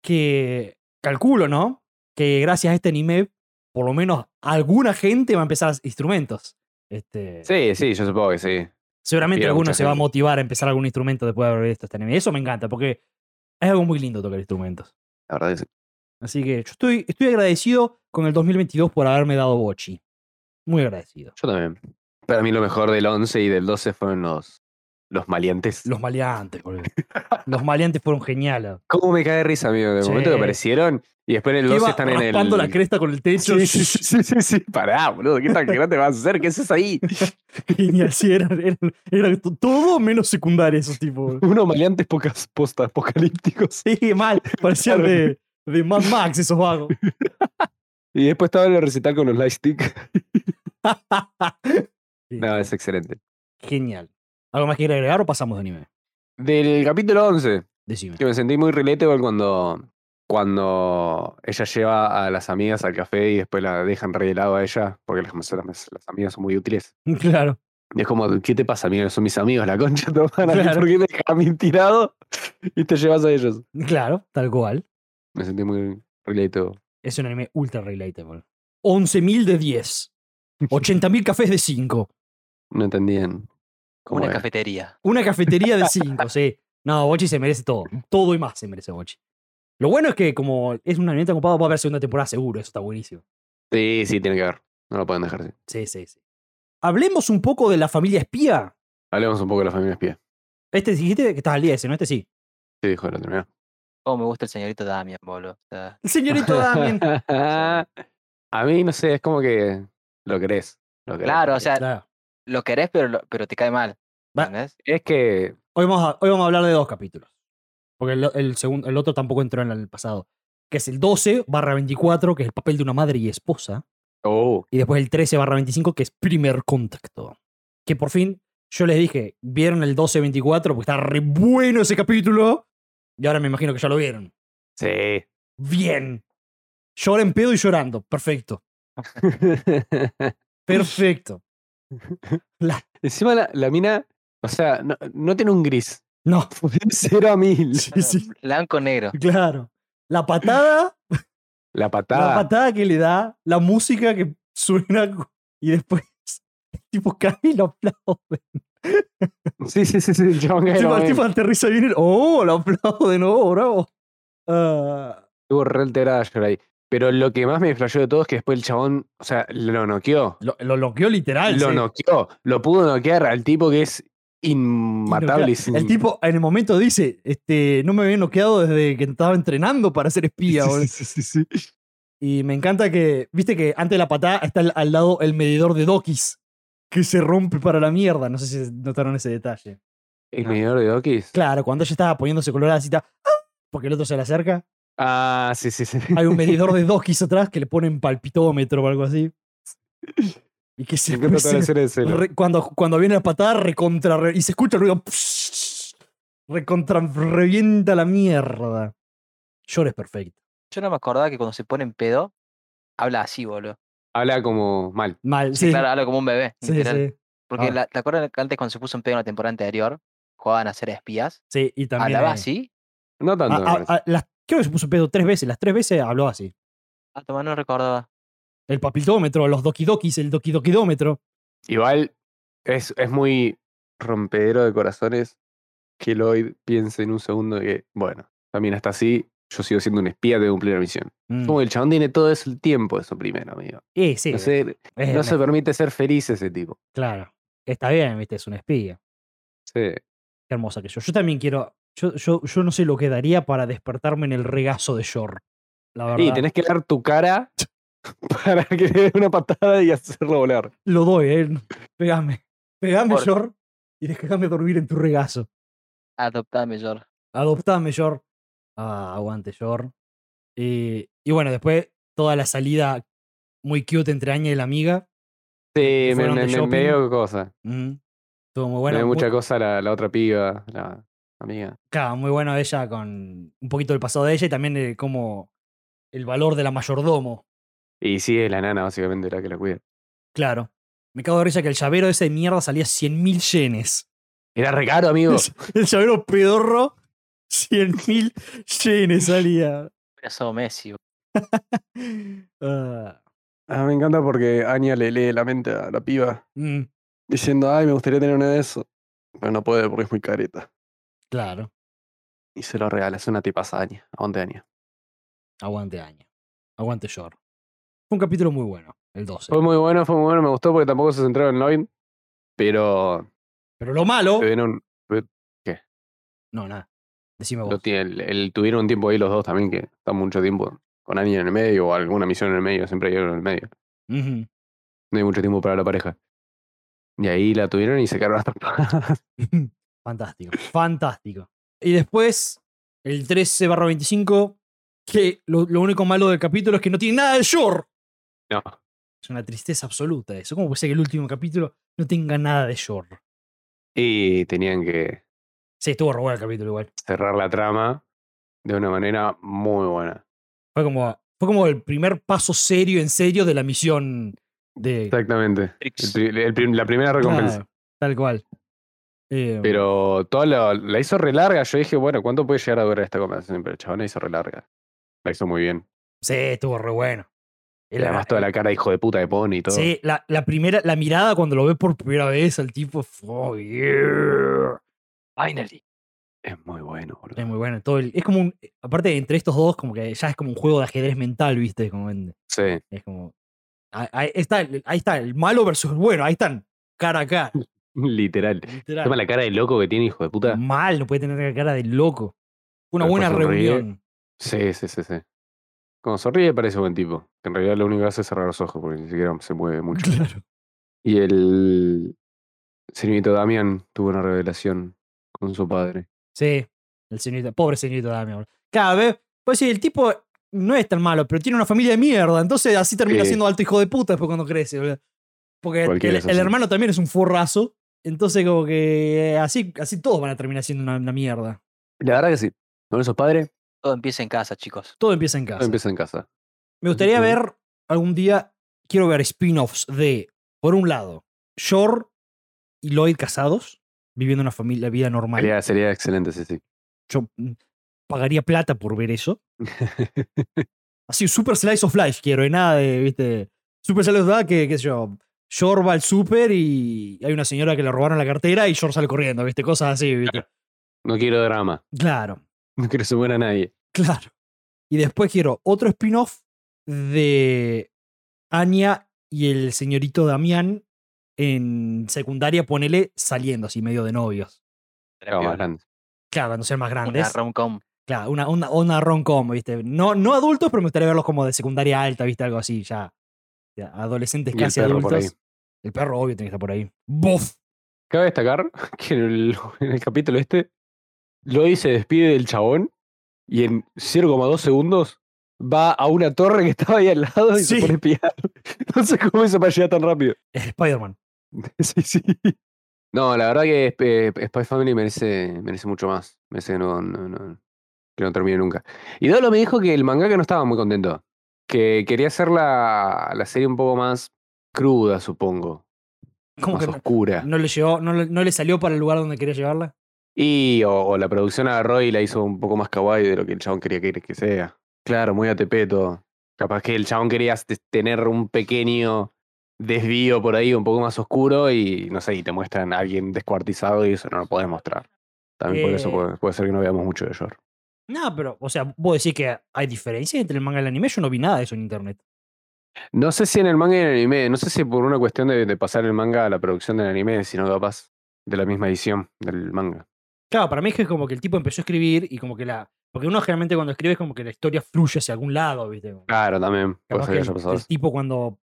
que calculo, ¿no? Que gracias a este anime, por lo menos alguna gente va a empezar instrumentos. Este, sí, sí, yo supongo que sí. Seguramente Mira, alguno mucha se va a gente. motivar a empezar algún instrumento después de haber visto este anime. Eso me encanta, porque es algo muy lindo tocar instrumentos. La verdad que sí. Así que yo estoy, estoy agradecido con el 2022 por haberme dado Bochi. Muy agradecido. Yo también. Para mí lo mejor del 11 y del 12 fueron los, los maleantes. Los maleantes, boludo. Los maleantes fueron geniales. ¿Cómo me cae de risa, amigo? De Sí. momento que aparecieron y después en el Iba 12 están en raspando el. la cresta con el techo. Sí, sí, sí, sí, sí. Pará, boludo. *laughs* ¿Qué tan grande va a ser? ¿Qué haces ahí? Genial, *laughs* sí, eran, eran- eran to- todo menos secundarios esos tipos. boludo. Unos maleantes pocas postas apocalípticos. Sí, mal. Parecían Claro. de, de Mad Max esos *laughs* vagos. Y después estaba en el recital con los lightstick. Sí, No, es excelente. Genial. ¿Algo más que quieras agregar o pasamos de anime? Del capítulo 11, Decime. que me sentí muy relatable cuando, cuando ella lleva a las amigas al café y después la dejan re de lado a ella, porque las, las- las amigas son muy útiles. *laughs* Claro. Y es como, ¿qué te pasa, amigo? Son mis amigos, la concha *laughs* de tu madre, Claro. ¿Por qué me dejas a mí tirado y te llevas a ellos? Claro, tal cual. Me sentí muy relatable. Es un anime ultra relatable. 11.000 de *laughs* 10. 80.000 cafés de 5. No entendían. cómo Como una era. cafetería. Una cafetería de 5, sí. No, Bochi se merece todo. Todo y más se merece Bochi. Lo bueno es que como es un anime tan ocupado, va a haber segunda temporada seguro. Eso está buenísimo. Sí, sí, tiene que haber. No lo pueden dejar. sí. Sí, sí, sí. Hablemos un poco de la familia espía. Hablemos un poco de la familia espía. Este dijiste que estás al día ese, ¿no? Este sí. Sí, dijo el otro. mirá. Oh, me gusta el señorito Damian, boludo. O sea, El *laughs* señorito Ah, Damien. a mí, no sé, es como que lo querés. lo querés, claro, lo o sea, Claro. lo querés, pero, lo- pero te cae mal. Va. ¿Entendés? querés. Es que. Hoy vamos, a, hoy vamos a hablar de dos capítulos. Porque el, el segundo, el otro tampoco entró en el pasado. Que es el 12 barra 24, que es el papel de una madre y esposa. Oh, Y después el 13 barra 25, que es primer contacto. Que por fin, yo les dije, vieron el 12-24, porque está re bueno ese capítulo. Y ahora me imagino que ya lo vieron. sí. Bien. Llora en pedo y llorando. Perfecto. Perfecto. *laughs* Encima la, la mina, o sea, no, no tiene un gris. *laughs* No. Fue de cero a mil. *laughs* Sí, sí, Blanco negro. *laughs* claro. La patada, La la patada. patada que le da, la música que suena y después *laughs* el tipo cae y lo aplaude. *laughs* Sí, sí, sí, sí. El chabón que Encima lo el *laughs* ve. tipo aterriza bien y oh, lo aplaude, no, bravo. Ah, Estuvo re alterada yo ahí. Pero lo que más me flasheó de todo es que después el chabón, o sea, lo noqueó. Lo, lo noqueó literal. lo Ah, sí. noqueó, lo pudo noquear al tipo que es Y noquea- inmatable. y sin- El tipo en el momento dice, este, no me había noqueado desde que estaba entrenando para ser espía. boludo". *laughs* Sí, sí, sí, sí. Y me encanta que, viste que antes de la patada está al, al lado el medidor de Dokis, que se rompe para la mierda. No sé si notaron ese detalle. El medidor de Dokis. Claro, cuando ella estaba poniéndose colorada, así está, "Ah", porque el otro se le acerca. Ah, sí, sí, sí. *laughs* Hay un medidor de Dokis atrás que le ponen palpitómetro o algo así. Y que Me se, encanta toda se- la escena de celo. Re- cuando, cuando viene la patada, recontra. re- y se escucha el ruido. Recontra. Revienta la mierda. Llora es perfecto. Yo no me acordaba que cuando se pone en pedo, habla así, boludo. Habla como mal. Mal, Sí, sí. claro, habla como un bebé, sí, literal. sí, Porque Ah. la, ¿te acuerdas que antes cuando se puso en pedo en la temporada anterior, jugaban a ser espías? sí, y también. hablaba eh, así No tanto. me A- a- parece. a- las- creo que se puso pedo tres veces. Las tres veces habló así. Ah, toma, no recordaba. El papitómetro, los doquidokis, el doquidokidómetro. Igual es, es muy rompedero de corazones que Lloyd piense en un segundo que, bueno, también hasta así, yo sigo siendo un espía de cumplir la misión. Mm. Como que el chabón tiene todo eso el tiempo, eso primero, amigo. Eh, sí, No, se- es- no se permite ser feliz ese tipo. claro. Está bien, viste, es una espía. Sí. Qué hermosa que yo. Yo también quiero. Yo, yo, yo no sé lo que daría para despertarme en el regazo de Shor. La verdad. Y tenés que dar tu cara *laughs* para que le dé una patada y hacerlo volar. Lo doy, eh. Pegame. Pegame, Por- Shor. Y déjame dormir en tu regazo. Adoptame, George. Adoptame, Yor. Ah, aguante, Yor. Eh, y bueno, después toda la salida muy cute entre Aña y la amiga. Sí, me, fueron de me- me- me shopping. dio cosa. Ujú. Estuvo muy me bueno. dio Muy, mucha cosa la, la otra piba, la amiga. claro, muy bueno ella con un poquito del pasado de ella y también eh, como el valor de la mayordomo. Y sí, es la nana básicamente la que la cuida. Claro. Me cago de risa que el llavero ese de mierda salía 100.000 yenes. *laughs* Era re caro, amigo. El llavero pedorro, 100.000 yenes salía. Eso, Messi. boludo. Ah, Ah, me encanta porque Anya le lee la mente a la piba mm, diciendo, ay, me gustaría tener una de eso. Pero no puede porque es muy careta. claro, Y se lo regala, es una tipaza Anya. Aguante Anya. aguante Aña. Aguante Yor. Fue un capítulo muy bueno, el 12. Fue muy bueno, fue muy bueno, me gustó porque tampoco se centraron en Lloyd. Pero Pero lo malo. tuvieron un, No, nada. Decime lo vos. tiene- el- el- tuvieron un tiempo ahí los dos también, que están mucho tiempo con Anya en el medio o alguna misión en el medio, siempre hay algo en el medio. Ujú. *laughs* No hay mucho tiempo para la pareja. Y ahí la tuvieron y se quedaron hasta *laughs* Fantástico, fantástico. Y después, el 13 barra 25, que lo, lo único malo del capítulo es que no tiene nada de Shore. No. Es una tristeza absoluta eso. ¿Cómo puede ser que el último capítulo no tenga nada de Shore? Y tenían que Sí, estuvo robado el capítulo igual. cerrar la trama de una manera muy buena. Fue como, fue como el primer paso serio en serio de la misión de... Exactamente. El Trix. pri- el prim- la primera recompensa. Claro, tal cual. Eh, Pero toda la, la hizo re larga. Yo dije, bueno, ¿cuánto puede llegar a durar esta conversación? Pero el chabón la hizo re larga. La hizo muy bien. Sí, estuvo re bueno. Y El- además toda la cara de hijo de puta de Pony y todo. Sí, la, la primera, la mirada cuando lo ves por primera vez al tipo, oh, yeah. Finally. Es muy bueno, boludo. es muy bueno. Todo el- es como un, aparte entre estos dos, como que ya es como un juego de ajedrez mental, viste, como en- Sí. *laughs* es como ahí, ahí está, el- ahí está el malo versus el bueno, ahí están cara a *laughs* cara, Literal. literal. Toma la cara de loco que tiene, hijo de puta. Mal, no puede tener la cara de loco. Una Después buena sonríe. *laughs* reunión. Sí, sí, sí, sí. Cuando sonríe parece buen tipo. Que en realidad lo único que hace es cerrar los ojos porque ni siquiera se mueve mucho. *laughs* Claro. Y el señorito Damián tuvo una revelación con su padre. Sí, el señorito, pobre señorito Damián. Cada vez, pues sí, el tipo no es tan malo, pero tiene una familia de mierda, entonces así termina Sí. siendo alto hijo de puta después cuando crece, boludo. Porque el, Cualquiera es el así. hermano también es un forrazo, entonces como que eh, así, así todos van a terminar siendo una, una mierda. La verdad que sí. Con esos padres, Todo empieza en casa, chicos. Todo empieza en casa. todo empieza en casa. Me gustaría que- ver algún día, quiero ver spin-offs de, por un lado, Shore y Lloyd casados, viviendo una familia, vida normal. Sería, sería excelente, sí, sí. Yo mm, pagaría plata por ver eso. Así, super slice of life quiero, y nada de, viste. Super slice of life, que, qué sé yo. Shor va al super y hay una señora que le robaron la cartera y Shor sale corriendo, viste, cosas así, viste. No quiero drama. *laughs* Claro, No quiero que se muera nadie. claro. Y después quiero otro spin-off de Anya y el señorito Damián en secundaria, ponele saliendo así, medio de novios. Claro, más grande. Claro, cuando sean más Una grandes. rom-com. Claro, una, una, una rom-com, ¿viste? No, no adultos, pero me gustaría verlos como de secundaria alta, ¿viste? Algo así, ya. ya adolescentes Y el casi perro por adultos. El perro, obvio, tiene que estar por ahí. ¡Bof! Cabe destacar *laughs* que en el, en el capítulo este, Lloyd se despide del chabón y en 0,2 segundos va a una torre que estaba ahí al lado y Sí. se pone a espiar. *laughs* No sé cómo hizo para llegar tan rápido. Es Spider-Man. *laughs* *laughs* Sí, sí. No, la verdad que eh, Spy Family merece, merece mucho más. Merece que no, no- no- que no termine nunca. Y Dolo me dijo que el mangaka no estaba muy contento. Que quería hacer la, la serie un poco más cruda, supongo. ¿Cómo más que no, oscura. no le llegó, no, le- no le salió para el lugar donde quería llevarla? Y o, o la producción agarró y la hizo un poco más kawaii de lo que el chabón quería que, que sea. Claro, muy ATP todo. Capaz que el chabón quería te- tener un pequeño desvío por ahí, un poco más oscuro, y no sé, y te muestran a alguien descuartizado y eso no lo podés mostrar. También por eso Eh. puede, puede ser que no veamos mucho de Yor. No, pero, o sea, vos decís que hay diferencias entre el manga y el anime. Yo no vi nada de eso en internet. No sé si en el manga y en el anime, no sé si por una cuestión de, de pasar el manga a la producción del anime, sino capaz de la misma edición del manga. Claro, para mí es que como que el tipo empezó a escribir y como que la. Porque uno generalmente cuando escribe es como que la historia fluye hacia algún lado, ¿viste? Claro, también. Puede Capaz ser que que el, haya pasado el eso. *laughs* *laughs* tipo cuando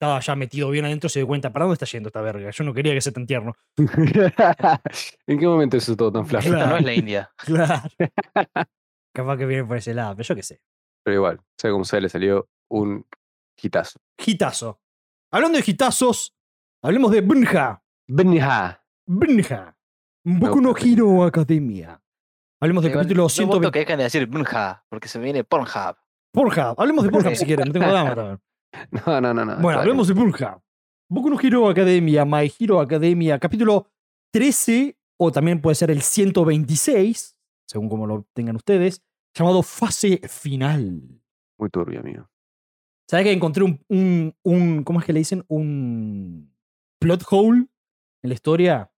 estaba ya metido bien adentro se dio cuenta, ¿para dónde está yendo esta verga? Yo no quería que sea tan tierno. *laughs* ¿En qué momento eso todo tan flash? Claro. Esto no es la India. *laughs* Claro. Capaz que viene por ese lado, pero yo qué sé. Pero igual, sea como sea, le salió un hitazo. Gitazo. Hablando de gitazos, hablemos de Bunja. Benja. Bunja. Boku no perfecto. Hero Academia. Hablemos del Eh, Igual, capítulo no voto 120. que dejen de decir Bunha, porque se me viene Pornhub. Pornhub. Hablemos de Pornhub Sí. si quieren, no tengo *laughs* drama también. *laughs* No, no, no, no. Bueno, está hablemos de Pornhub. Boku no Hero Academia, My Hero Academia, capítulo 13, o también puede ser el 126, según como lo tengan ustedes, llamado Fase Final. bien. Muy turbio, amigo. ¿Sabes que encontré un, un, un- ¿Cómo es que le dicen? Un plot hole en la historia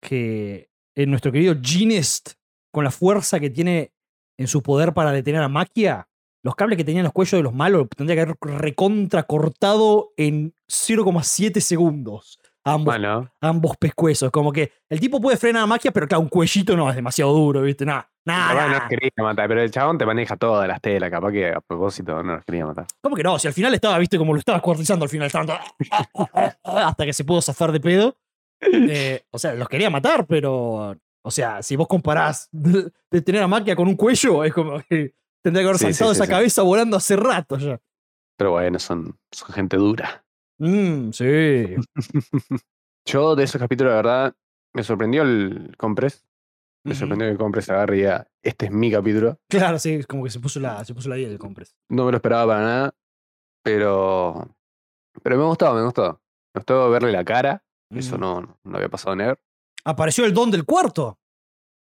que eh, nuestro querido Ginest, con la fuerza que tiene en su poder para detener a Maquia, los cables que tenían en los cuellos de los malos tendría que haber recontra cortado en 0,7 segundos. Ambos, Bueno, ambos pescuezos. Como que el tipo puede frenar a Maquia, pero claro, un cuellito no, es demasiado duro, ¿viste? Nada, capaz nada. no quería matar, pero el chabón te maneja todas las telas, capaz que a propósito no nos quería matar. ¿Cómo que no? Si al final estaba, viste, como lo estaba cuartizando al final, estaban todos- *laughs* hasta que se pudo zafar de pedo. Eh, o sea, los quería matar, pero. O sea, si vos comparás de tener a Maquia con un cuello, es como que tendría que haber Sí, sí, saltado sí, esa sí. cabeza volando hace rato ya. Pero bueno, son, son gente dura. Mmm, *laughs* sí. Yo de esos capítulos, la verdad, me sorprendió el Compres. Me sorprendió que el Compres agarre y diga, este es mi capítulo. Mm, Claro, sí, es como que se puso la, se puso la 10 del compres. No me lo esperaba para nada, pero, pero me gustó, me gustó. Me gustó verle la cara, eso Mm. no, no había pasado en Ever. Apareció el don del cuarto.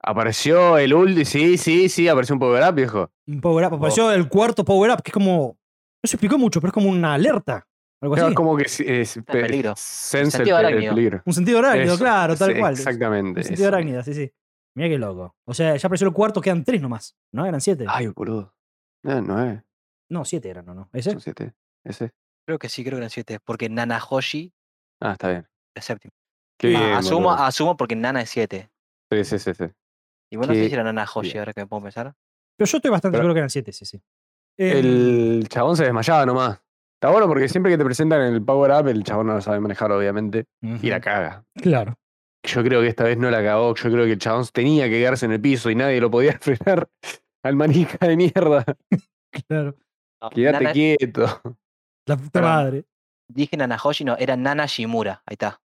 Apareció el ulti, sí, sí, sí, apareció un power up, viejo. Un power up. Oh. Apareció el cuarto power up, que es como. No se explicó mucho, pero es como una alerta. Algo Claro, así. como que es, es- Está en peligro. sense el, Sentido pe- el arácnido. peligro. Un sentido arácnido, Eso, claro, tal sí, cual. Exactamente. Un sentido eso. arácnida, sí, sí. Mira qué loco. O sea, ya apareció el cuarto, quedan tres nomás. ¿No? Eran siete. Ay, boludo. No, no es. No, siete eran, ¿o no? ¿Ese? Son siete. Ese. Creo que sí, creo que eran siete, porque Nanahoshi Ah, está bien. es séptimo. Qué Ah, bien. asumo, boludo. asumo porque Nana es siete. Sí, sí, sí, sí. Y bueno, no sé Qué si era Nanahoshi, bien. ahora que me puedo pensar. Pero yo estoy bastante Pero- seguro que eran siete, sí, sí. Eh, El chabón se desmayaba nomás. Está bueno porque siempre que te presentan el power up, el chabón no lo sabe manejar, obviamente. Y Em, la ujú, caga. Claro. Yo creo que esta vez no la cagó. Yo creo que el chabón tenía que quedarse en el piso y nadie lo podía *laughs* frenar. Al manija de mierda. Claro. No, Quédate Nana- quieto. La puta Pero- madre. Dije Nanahoshi, no, era Nana Shimura. Ahí está.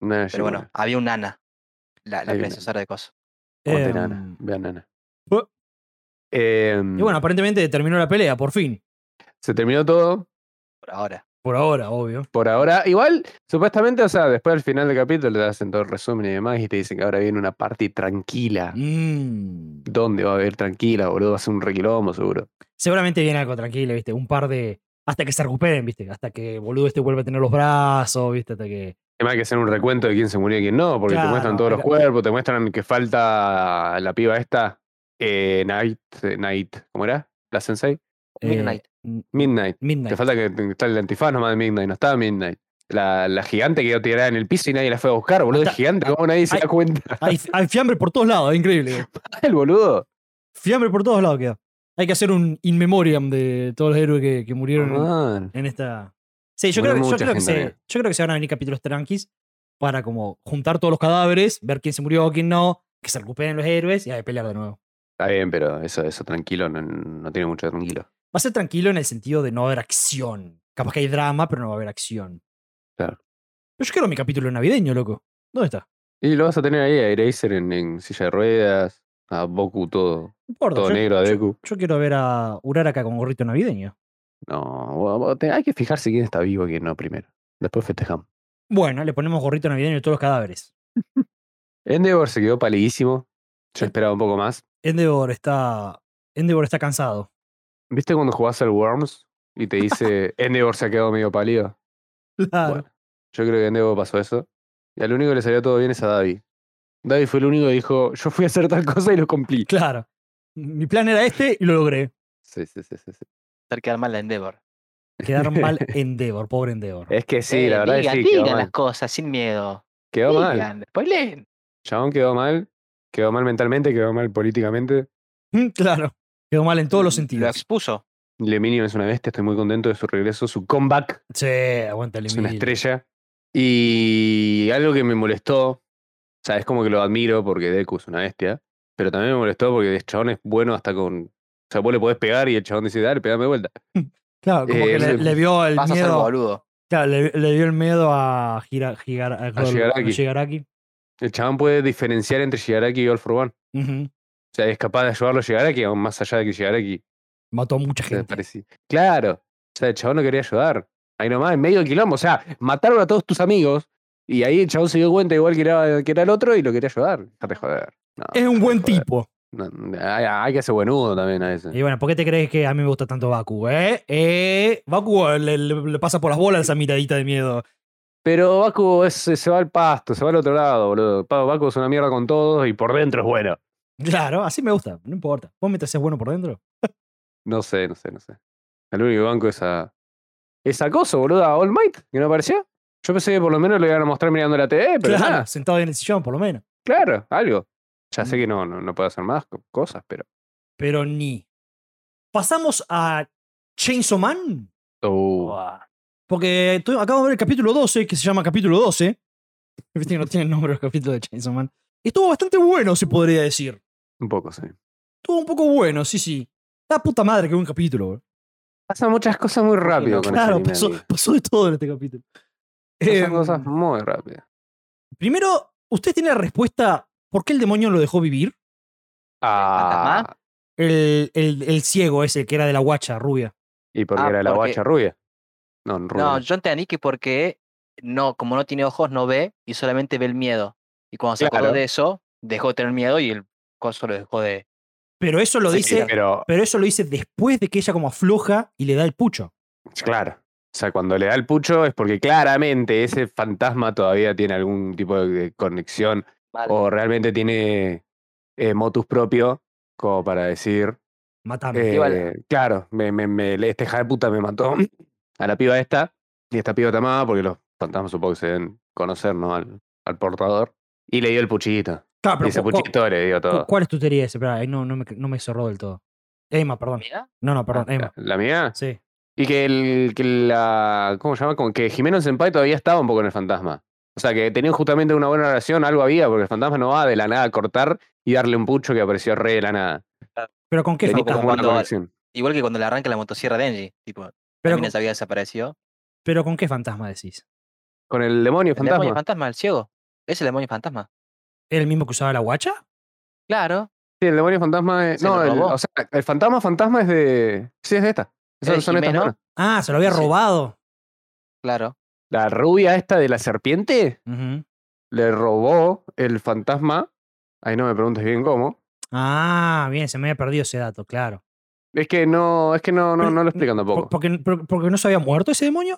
Nana Pero bueno, Shimura. había un Nana, la, la Hay un predecesora de cosas. Aguante, Em, nana. Vean, nana. bu- Em, Y bueno, aparentemente terminó la pelea, por fin. se terminó todo. Por ahora. Por ahora, obvio. Por ahora, igual, supuestamente, o sea, después al final del capítulo te hacen todo el resumen y demás y te dicen que ahora viene una parte tranquila. Mm. ¿Dónde va a haber tranquila, boludo? Va a ser un requilombo, seguro. Seguramente viene algo tranquilo, ¿viste? Un par de. Hasta que se recuperen, ¿viste? Hasta que boludo este vuelva a tener los brazos, ¿viste? Hasta que. Además hay que hacer un recuento de quién se murió y quién no, porque te Claro, muestran todos los acá- cuerpos, te muestran que falta la piba esta, eh, Night, eh, Night, ¿cómo era? ¿La Sensei? Midnight. m- Midnight. Te Midnight. falta que te- está el antifaz nomás de Midnight, no estaba Midnight. La, la gigante quedó tirada en el piso y nadie la fue a buscar, boludo. Hasta- Es gigante, como nadie se hay- *laughs* da cuenta. Hay, hay fiambre por todos lados, es increíble. *laughs* El boludo. Fiambre por todos lados queda. Hay que hacer un in memoriam de todos los héroes que, que murieron en- Man. en, esta. Sí, yo Murió creo, que- yo, mucha creo que gente, se, amigo. yo creo que se van a venir capítulos tranquis para como juntar todos los cadáveres, ver quién se murió, quién no, que se recuperen los héroes y a pelear de nuevo. Está bien, pero eso, eso tranquilo, no, no tiene mucho de tranquilo. Va a ser tranquilo en el sentido de no haber acción. Capaz que hay drama, pero no va a haber acción. Claro. Pero yo quiero mi capítulo navideño, loco. ¿Dónde está? Y lo vas a tener ahí a Eraser en, en silla de ruedas, a Boku todo, No importa, todo yo- negro, a yo- Deku. yo quiero ver a Uraraka con gorrito navideño. No, vos- vos te- hay que fijarse quién está vivo y quién no primero. Después festejamos. Bueno, le ponemos gorrito navideño a todos los cadáveres. Endeavor se quedó palidísimo. Yo esperaba un poco más. Endeavor está, Endeavor está cansado. *laughs* ¿Viste cuando jugás al Worms y te dice Endeavor se ha quedado medio pálido? Claro. Bueno, yo creo que a Endeavor pasó eso. Y al único que le salió todo bien es a Davi. Davi fue el único que dijo, yo fui a hacer tal cosa y lo cumplí. Claro. Mi plan era este y lo logré. Sí, sí, sí, sí. sí. Hacer quedar mal a Endeavor. Quedar *laughs* mal Endeavor, pobre Endeavor. Es que sí, Eh, la verdad digan, es que sí, quedó digan mal. las cosas sin miedo. Quedó mal. digan, después leen. Chabón quedó mal. Quedó mal mentalmente, quedó mal políticamente. Mm, *laughs* Claro. Quedó mal en todos Mm, los Lo sentidos. expuso. Leminion es una bestia, estoy muy contento de su regreso, su comeback. Sí, aguanta el es una estrella. Y algo que me molestó, o sea, es como que lo admiro porque Deku es una bestia, pero también me molestó porque el chabón es bueno hasta con. O sea, vos le podés pegar y el chabón dice, dale, pegame de vuelta. Claro, como Eh, que le, ese- le vio el Vas a ser miedo. boludo. Claro, le, le dio el miedo a girar a, Shigaraki. Shigaraki. El chabón puede diferenciar entre Shigaraki y All for One. Ujú. O sea, es capaz de ayudarlo a Shigaraki, aún más allá de que Shigaraki Mató a mucha se gente. parecía. Claro. O sea, el chabón no quería ayudar. Ahí nomás, en medio del quilombo. O sea, mataron a todos tus amigos. Y ahí el chabón se dio cuenta igual que era, que era el otro y lo quería ayudar. Déjate joder. No, Es un déjate buen joder. tipo. No, hay, hay que hacer buenudo también a veces. Y bueno, ¿por qué te crees que a mí me gusta tanto Baku? ¿Eh? ¿Eh? Baku le, le- le pasa por las bolas esa miradita de miedo. Pero Baku es- se va al pasto, se va al otro lado, boludo. Pa- Baku es una mierda con todos y por dentro es bueno. Claro, así me gusta, no importa. Vos mientras seas bueno por dentro. No sé, no sé, no sé. El único banco es a. Esa cosa, boludo, a All Might, que no apareció. Yo pensé que por lo menos lo iban a mostrar mirando la TV, pero claro, nada, sentado en el sillón por lo menos. claro, algo. Ya sé que no, no, no puedo hacer más co- cosas, pero. Pero ni. Pasamos a Chainsaw Man. Uh, Buah. Porque tu- acabamos de ver el capítulo 12, que se llama capítulo 12. Viste que no tiene nombre los capítulos de Chainsaw Man. Y Estuvo bastante bueno, se podría decir. Uh, un poco, sí. Estuvo un poco bueno, sí, sí. La puta madre que buen capítulo, bro. Pasan muchas cosas muy rápido con ese Claro, anime, pasó, amigo. pasó de todo en este capítulo. Pasan Em, cosas muy rápidas. primero, ¿usted tiene la respuesta por qué el demonio lo dejó vivir? ¿Fantasma? Ah, El, el- el ciego ese, que era de la guacha rubia. y porque Ah, era la porque- guacha rubia. No, rubia. No, yo entendí que porque no, como no tiene ojos, no ve y solamente ve el miedo. Y cuando se acordó Claro. de eso, dejó de tener miedo y el coso lo dejó de. Pero eso lo Sí, dice. sí, pero Pero eso lo dice después de que ella como afloja y le da el pucho. Claro. O sea, cuando le da el pucho es porque claramente ese fantasma todavía tiene algún tipo de- de conexión Mal. o realmente tiene eh, motus propio como para decir, Matame. eh, igual- claro, me, me, me- este hija de puta me mató *clears throat* a la piba esta y esta piba te amaba porque los fantasmas supongo que se deben conocer, ¿no? Al, al portador. Y le dio el puchito. Claro, Y Ah, pero ese cu- cu- puchito le dio cu- todo. ¿Cuál es tu teoría esa? Espera, ahí no, no, me, no me cerró del todo. Emma, perdón. Mira, No, no, perdón, Emma. ¿La, la mía? Sí. Y que el que la ¿cómo se llama? Como que Jimeno Senpai todavía estaba un poco en el fantasma. O sea, que tenían justamente una buena relación, algo había, porque el fantasma no va de la nada a cortar y darle un pucho que apareció re de la nada. ¿Pero con qué Tenía fantasma? como una Cuando- conexión. Igual que cuando le arranca la motosierra a Denji. Tipo, Pero, también se había desaparecido. pero con qué fantasma decís? Con el demonio El demonio fantasma. fantasma, el ciego. Es el demonio fantasma. ¿Era el mismo que usaba la guacha? Claro. Sí, el demonio fantasma es- Se lo No, el, robó. o sea, el fantasma fantasma es de. Sí, es de esta. Esas de son estas Eh, Jimeno. manos. Ah, se lo había Sí. robado. Claro. La rubia esta de la serpiente Ujú. le robó el fantasma. Ahí no me preguntes bien cómo. Ah, bien, se me había perdido ese dato, claro. Es que no, es que no, no, Pero- no lo explican Por- tampoco. porque, por- porque no se había muerto ese demonio?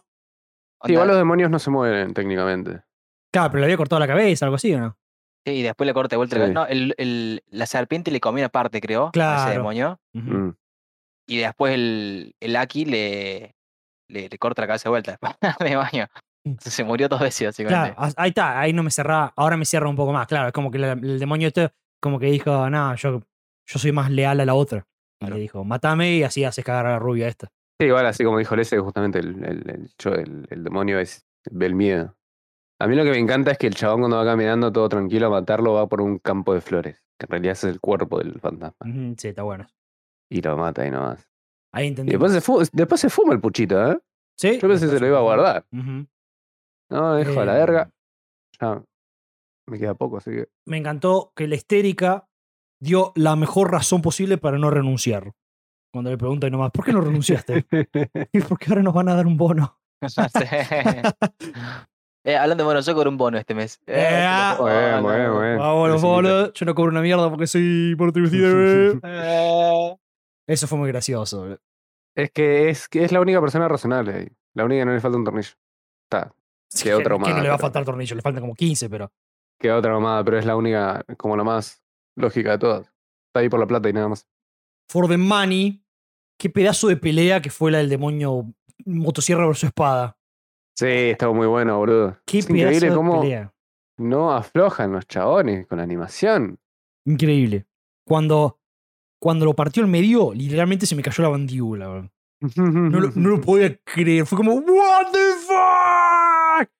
Sí, Onda, igual los demonios no se mueven técnicamente. Claro, pero le había cortado la cabeza, algo así, ¿o no? sí, y después le corta de vuelta. la- Sí. No, el, el- la serpiente le comió una parte, creo. a Claro. Ese demonio. Ujú. Mm. Y después el, el Aki le, le, le corta la cabeza de vuelta. *laughs* de baño. Se murió dos veces, Claro, básicamente. as- ahí está, ahí no me cerraba, ahora me cierra un poco más, claro, es como que la- el demonio este como que dijo, no, yo, yo soy más leal a la otra. Y Claro. le dijo, matame y así haces cagar a la rubia esta. Sí, igual así como dijo Lese, justamente el, el, el cho- el- el demonio es del miedo. A mí lo que me encanta es que el chabón cuando va caminando todo tranquilo a matarlo va por un campo de flores, que en realidad es el cuerpo del fantasma, Ujú, Sí, está bueno. y lo mata y nomás. Ahí entendí. Y después se, fu- después se fuma el puchito, ¿eh? Sí, Yo pensé que se lo iba a guardar. Ujú. No, dejo a la Eh, verga. Ya me queda poco, así que... *laughs* Me encantó que la histérica dio la mejor razón posible para no renunciar. Cuando le preguntan nomás, ¿por qué no *laughs* *laughs* renunciaste? y porque ahora nos van a dar un bono. Sí. *laughs* Eh, hablando de bueno, yo cobro un bono este mes. Eh, te lo Bueno, pongo. bueno, bueno. Vámonos, Necesita. vámonos. Yo no cobro una mierda porque *laughs* soy monotributista. Eh, Eso fue muy gracioso. boludo. Es que es, que es la única persona razonable ahí. La única que no le falta un tornillo. Está. Sí, Qué otro que no más, le va a pero- faltar tornillo, le faltan como 15, pero. Queda otra mamada, pero es la única, como la más lógica de todas. Está ahí por la plata y nada más. For the Money, qué pedazo de pelea que fue la del demonio motosierra versus espada. Sí, estaba muy bueno, boludo. Qué es pedazo increíble de cómo pelea. no aflojan los chabones con la animación. Increíble. Cuando, cuando lo partió al medio, literalmente se me cayó la mandíbula. bro. No lo, *laughs* no lo podía creer. Fue como, ¿What the fuck?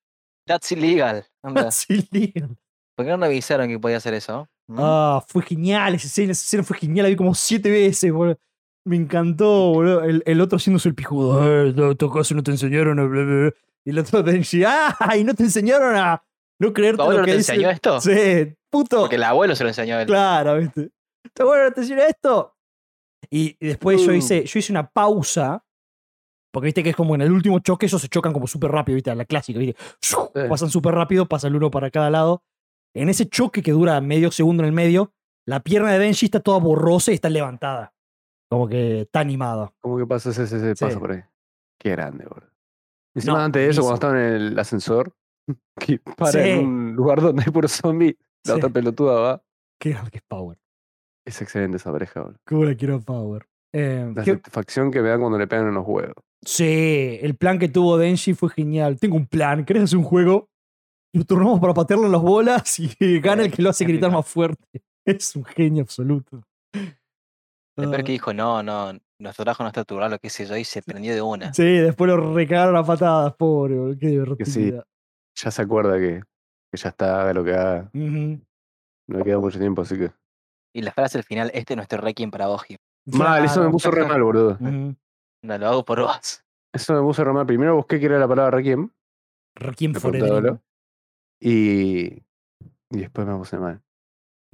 That's illegal. *laughs* Anda, Así, Leon. ¿Por qué no me avisaron que podía hacer eso? ¿Mm? Ah, fue genial esa escena, esa escena fue genial, la vi como siete veces, boludo. Me encantó, boludo. El, el otro haciéndose el pijudo. Eh, no, tu caso no te enseñaron a bla, bla, bla. Y el otro *laughs* Denji, ¡ay! No te enseñaron a no ¿Tu creerte abuelo lo no que te dice. enseñó esto? Sí, puto. Porque el abuelo se lo enseñó a él. Claro, ¿viste? ¿Tu abuelo no te enseñó esto? Y, y después yo Uh. hice, yo hice una pausa. Porque viste que es como en el último choque, ellos se chocan como súper rápido, viste, a la clásica, viste. Eh. Pasan súper rápido, pasa el uno para cada lado. En ese choque que dura medio segundo en el medio, la pierna de Benji está toda borrosa y está levantada. Como que está animada. ¿Cómo que pasó ese, ese- ese Sí. paso por ahí? Qué grande, boludo. Encima, No, antes de eso, cuando buenísimo. estaban en el ascensor, *laughs* que para en Sí. un lugar donde hay puro zombie, la Sí. otra pelotuda va. *laughs* Qué grande que es Power. Es excelente esa pareja, boludo. Cómo la quiero a Power. Eh, La qué- satisfacción que me dan cuando le pegan en los huevos. Sí, el plan que tuvo Denji fue genial. Tengo un plan. ¿Querés hacer un juego? Nos turnamos para patearle en las bolas y *laughs* gana el que lo hace gritar más fuerte. *laughs* Es un genio absoluto. El peor que Ah, dijo, no, no, nuestro trabajo no está turbado, lo que sé yo, y se prendió de una. Ah, sí, después lo recagaron a patadas, pobre. boludo, Qué divertido. Ya se acuerda que, que ya está, haga lo que haga. Ujú. No le queda mucho tiempo, así que. Y la frase al final, este es nuestro requiem para vos, Jim. Mal, eso me Claro. puso re mal, boludo. Ujú. No, lo hago por vos. *laughs* Eso me puso re mal. Primero busqué que era la palabra Requiem. Requiem me for a preguntaba, Dream. boludo, Y. Y después me puse mal.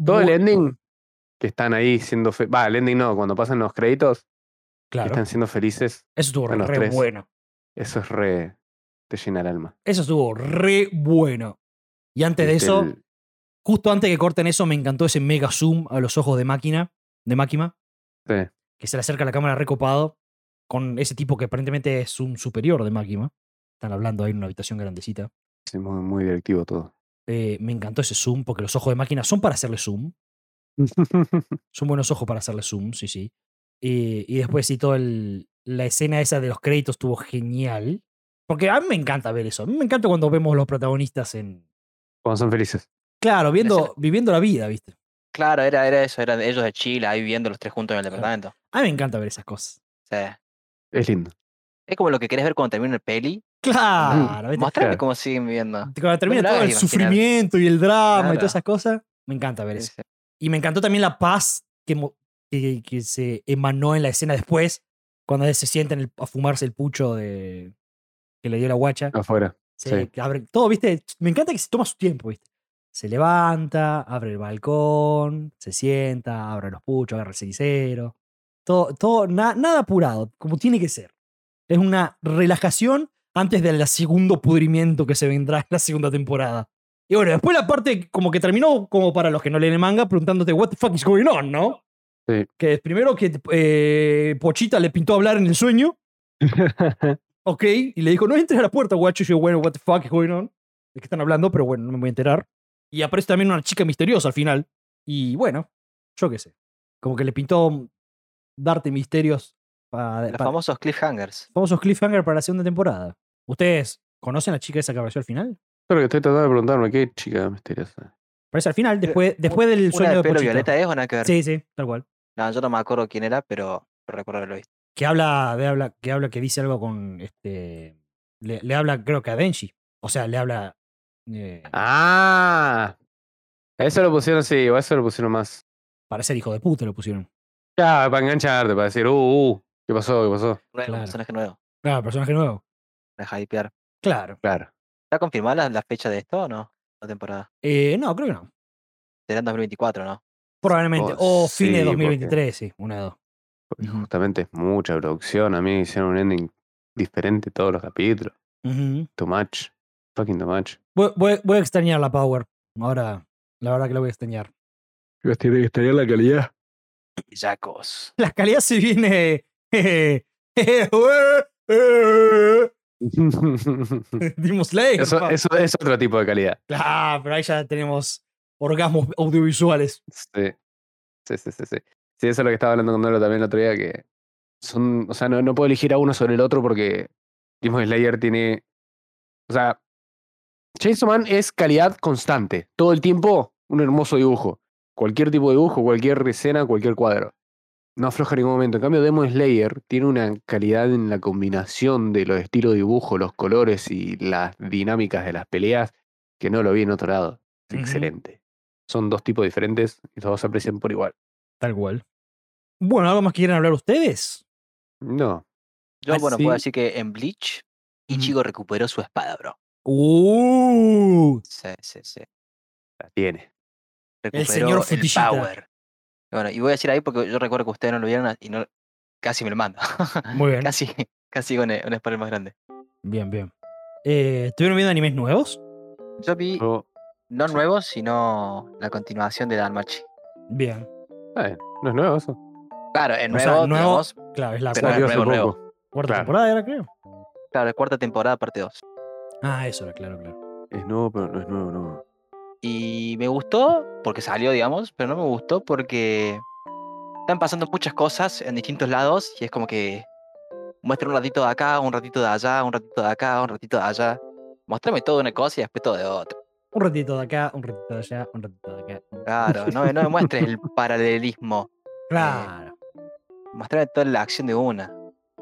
Todo Bu- el ending que están ahí siendo. fe- Va, el ending no, cuando pasan los créditos, que Claro. están siendo felices, Eso estuvo están los re tres. bueno. eso es re. Te llena el alma. Eso estuvo re bueno. Y antes de Viste eso, el- justo antes que corten eso, me encantó ese mega zoom a los ojos de máquina, de máquina, sí. que se le acerca a la cámara recopado, con ese tipo que aparentemente es un superior de máquina. Están hablando ahí en una habitación grandecita. Sí, muy, muy directivo *laughs* todo. Eh, me encantó ese zoom, porque los ojos de máquina son para hacerle zoom. Son buenos ojos para hacerle zoom, sí, sí. Eh, y después sí, toda la escena esa de los créditos estuvo genial. Porque a mí me encanta ver eso. A mí me encanta cuando vemos los protagonistas en... cuando son felices. Claro, viendo, escena- viviendo la vida, ¿viste? Claro, era, era eso, eran ellos de Chile, ahí viviendo los tres juntos en el departamento. O A mí me encanta ver esas cosas. sea, Es lindo. es como lo que querés ver cuando termina el peli. Mm. Claro, ¿viste? Mostrame Claro. cómo siguen viviendo. Cuando termina lo todo hagas el imaginar. sufrimiento y el drama y Claro. todas esas cosas, me encanta ver eso. Sí, sí. Y me encantó también la paz que, mo- que, que se emanó en la escena después, cuando él se sienta en el- a fumarse el pucho de, que le dio la guacha. Afuera. *laughs* Se sí. Eh, que abre, todo, ¿viste? Me encanta que se toma su tiempo, ¿viste? Se levanta, abre el balcón, se sienta, abre los puchos, agarra el cenicero. Todo, todo na- nada apurado, como tiene que ser. Es una relajación antes del segundo pudrimiento que se vendrá en la segunda temporada. Y bueno, después la parte como que terminó, como para los que no leen el manga, preguntándote, ¿What the fuck is going on, no? Sí. Que es primero que eh, Pochita le pintó hablar en el sueño. Ok, y le dijo, no entres a la puerta, guacho. Y yo, bueno, what the fuck is going on? ¿De qué están hablando? Pero bueno, no me voy a enterar. Y aparece también una chica misteriosa al final. Y bueno, yo qué sé. Como que le pintó darte misterios para, Los famosos cliffhangers. famosos cliffhanger para la segunda temporada. ¿Ustedes conocen a la chica esa que apareció al final? Solo que estoy tratando de preguntarme qué chica misteriosa. Aparece al final, después, después del Eh, ¿Una sueño de de pelo Pochita. violeta es o nada que ver? Sí, sí, tal cual. No, yo no me acuerdo quién era, pero recuerdo haberlo visto. Que habla, de habla, que habla, que dice algo con este. Le, le habla, creo que a Denji. O sea, le habla. eh, ¡Ah! A Eso lo pusieron, sí, o a eso lo pusieron más. Para ser hijo de puta lo pusieron. Ya, para engancharte, para decir, uh, uh, ¿qué pasó? ¿Qué pasó? Nuevo, Claro. personaje nuevo. Claro, personaje nuevo. Para hypear. Claro. Claro. ¿Está confirmada la, la fecha de esto o no? La temporada. Eh, no, creo que no. Será en *clears throat* 2024, ¿no? Probablemente. Oh, o fines de sí, porque- 2023, sí. Una de dos. Porque Ujú. justamente es mucha producción. A mí hicieron un ending diferente todos los capítulos. Ujú. Too much. Fucking the match. Voy, voy- voy a extrañar la Power. Ahora, la verdad que la voy a extrañar. *laughs* Tiene que estaría la *laughs* calidad. Yacos. La calidad se viene. *laughs* Dimos Slayer. eso, pa. eso es otro tipo de calidad. Ah, pero ahí ya tenemos orgasmos audiovisuales. Sí. Sí, sí, sí, sí. Sí, eso es lo que estaba hablando con Nolo también el otro día, que son, o sea, no, no puedo elegir a uno sobre el otro porque Demon Slayer tiene, o sea, Chainsaw Man es calidad constante, todo el tiempo un hermoso dibujo, cualquier tipo de dibujo, cualquier escena, cualquier cuadro. No afloja en ningún momento. En cambio, Demon Slayer tiene una calidad en la combinación de los estilos de dibujo, los colores y las dinámicas de las peleas que no lo vi en otro lado. Es Ujú. excelente son dos tipos diferentes y los dos se aprecian por igual. Tal cual. Bueno, ¿algo más que quieran hablar ustedes? No. Yo, Ah, bueno, puedo sí. decir que en Bleach, Ichigo recuperó su espada, bro. Uh, Sí, sí, sí. La tiene. Recuperó el, señor Futillita. power. Bueno, y voy a decir ahí porque yo recuerdo que ustedes no lo vieron y no casi me lo mando. *laughs* muy bien. casi, casi con eh, una espada más grande. Bien, bien. Eh, ¿Estuvieron viendo animes nuevos? Yo vi Oh, Yo- no nuevos, sino la continuación de Danmachi. Bien. ah, eh, no es nuevo eso. Claro, el O sea, nuevo, nuevo- digamos, Claro, es la Pero cuarta, Salió es hace nuevo, nuevo. poco. cuarta claro. temporada, era creo. claro, la cuarta temporada, parte 2. Ah, eso era claro, claro. Es nuevo, pero no es nuevo, no. Y me gustó porque salió, digamos, pero no me gustó porque están pasando muchas cosas en distintos lados y es como que muestra un ratito de acá, un ratito de allá, un ratito de acá, un ratito de allá. Muéstrame todo de una cosa y después todo de otra. Un ratito de acá, un ratito de allá, un ratito de acá. Claro, no, me- no me muestres *laughs* el paralelismo. Claro. Mostrame toda la acción de una.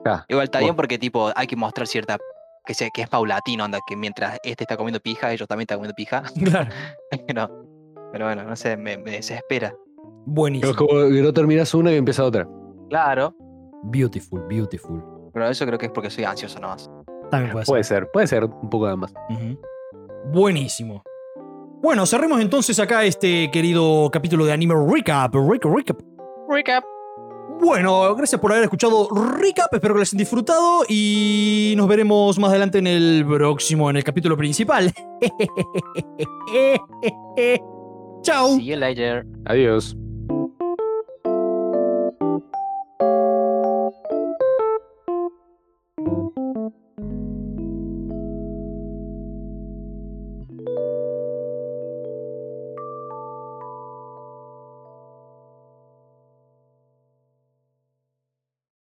Ah, Igual está bien bueno. porque tipo hay que mostrar cierta que sé que es paulatino, anda, que mientras este está comiendo pija, ellos también están comiendo pija. *laughs* Claro. *laughs* pero, pero bueno, no sé, me, me desespera. Es Buenísimo. como que no terminas una y empieza otra. Claro, Beautiful, beautiful. pero eso creo que es porque soy ansioso nomás. También puede ser. Puede ser, puede ser un poco de ambas. Ujú. Buenísimo. Bueno, cerremos entonces acá este querido capítulo de anime recap. Recap, recap. Recap. Bueno, gracias por haber escuchado Recap, espero que lo hayan disfrutado y nos veremos más adelante en el próximo, en el capítulo principal. *laughs* Chao. See you later. Adiós.